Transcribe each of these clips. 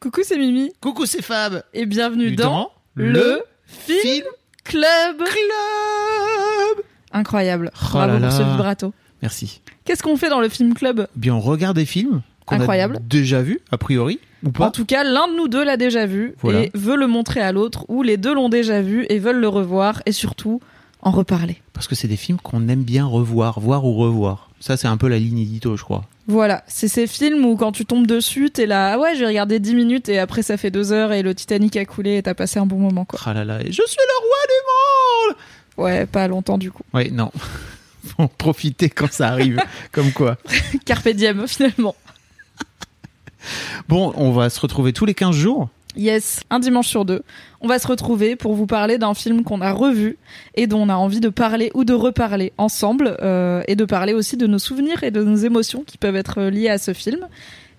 Coucou, c'est Mimi Coucou, c'est Fab. et bienvenue dans, le, le Film, Club. Club. Incroyable. Oh Bravo pour là là. ce vibrato. Merci. Eh Qu'est-ce qu'on fait dans le Film Club Bien, on regarde des films qu'on Incroyable. a déjà vus, a priori, ou En pas tout cas, l'un de nous deux l'a déjà vu Voilà. et veut le montrer à l'autre, ou les deux l'ont déjà vu et veulent le revoir et surtout en reparler. Parce que c'est des films qu'on aime bien revoir, voir ou revoir. Ça, c'est un peu la ligne édito, je crois. Voilà, c'est ces films où quand tu tombes dessus, t'es là, ah ouais, j'ai regardé 10 minutes et après ça fait 2 heures et le Titanic a coulé et t'as passé un bon moment quoi. Ah là là, et je suis le roi du monde Ouais, pas longtemps du coup. Ouais, non. Faut en profiter quand ça arrive, comme quoi. Carpe diem finalement. Bon, on va se retrouver tous les 15 jours. Yes, un dimanche sur deux, on va se retrouver pour vous parler d'un film qu'on a revu et dont on a envie de parler ou de reparler ensemble euh, et de parler aussi de nos souvenirs et de nos émotions qui peuvent être euh, liées à ce film.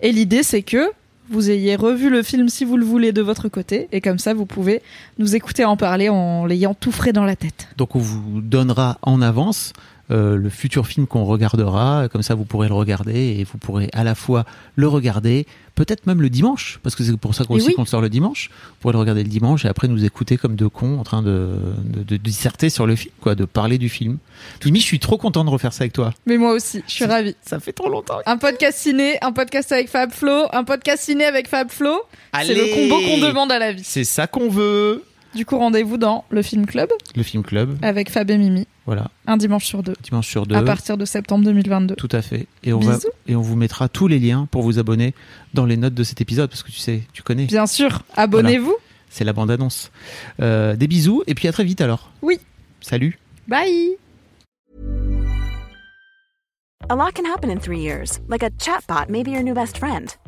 Et l'idée c'est que vous ayez revu le film si vous le voulez de votre côté et comme ça vous pouvez nous écouter en parler en l'ayant tout frais dans la tête. Donc on vous donnera en avance euh, le futur film qu'on regardera, comme ça vous pourrez le regarder et vous pourrez à la fois le regarder, peut-être même le dimanche, parce que c'est pour ça qu'on Et aussi oui. qu'on le sort le dimanche, vous pourrez le regarder le dimanche et après nous écouter comme deux cons en train de, de, de disserter sur le film, quoi, de parler du film. Mimi, je suis trop content de refaire ça avec toi. Mais moi aussi, je suis C'est- ravie. Ça fait trop longtemps. Un podcast ciné, un podcast avec Fab Flo, un podcast ciné avec Fab Flo, c'est le combo qu'on demande à la vie. C'est ça qu'on veut. Du coup, rendez-vous dans le film club Le film club, avec Fab et Mimi. voilà, un dimanche sur deux, dimanche sur deux. à partir de septembre 2022. Tout à fait. Et on, va, Bisous. et on vous mettra tous les liens pour vous abonner dans les notes de cet épisode, parce que tu sais, tu connais, Bien sûr, abonnez-vous. c'est la bande-annonce. Euh, des bisous, et puis à très vite alors. Oui. Salut. Bye A lot can happen in three years, like a chatbot may be your new best friend.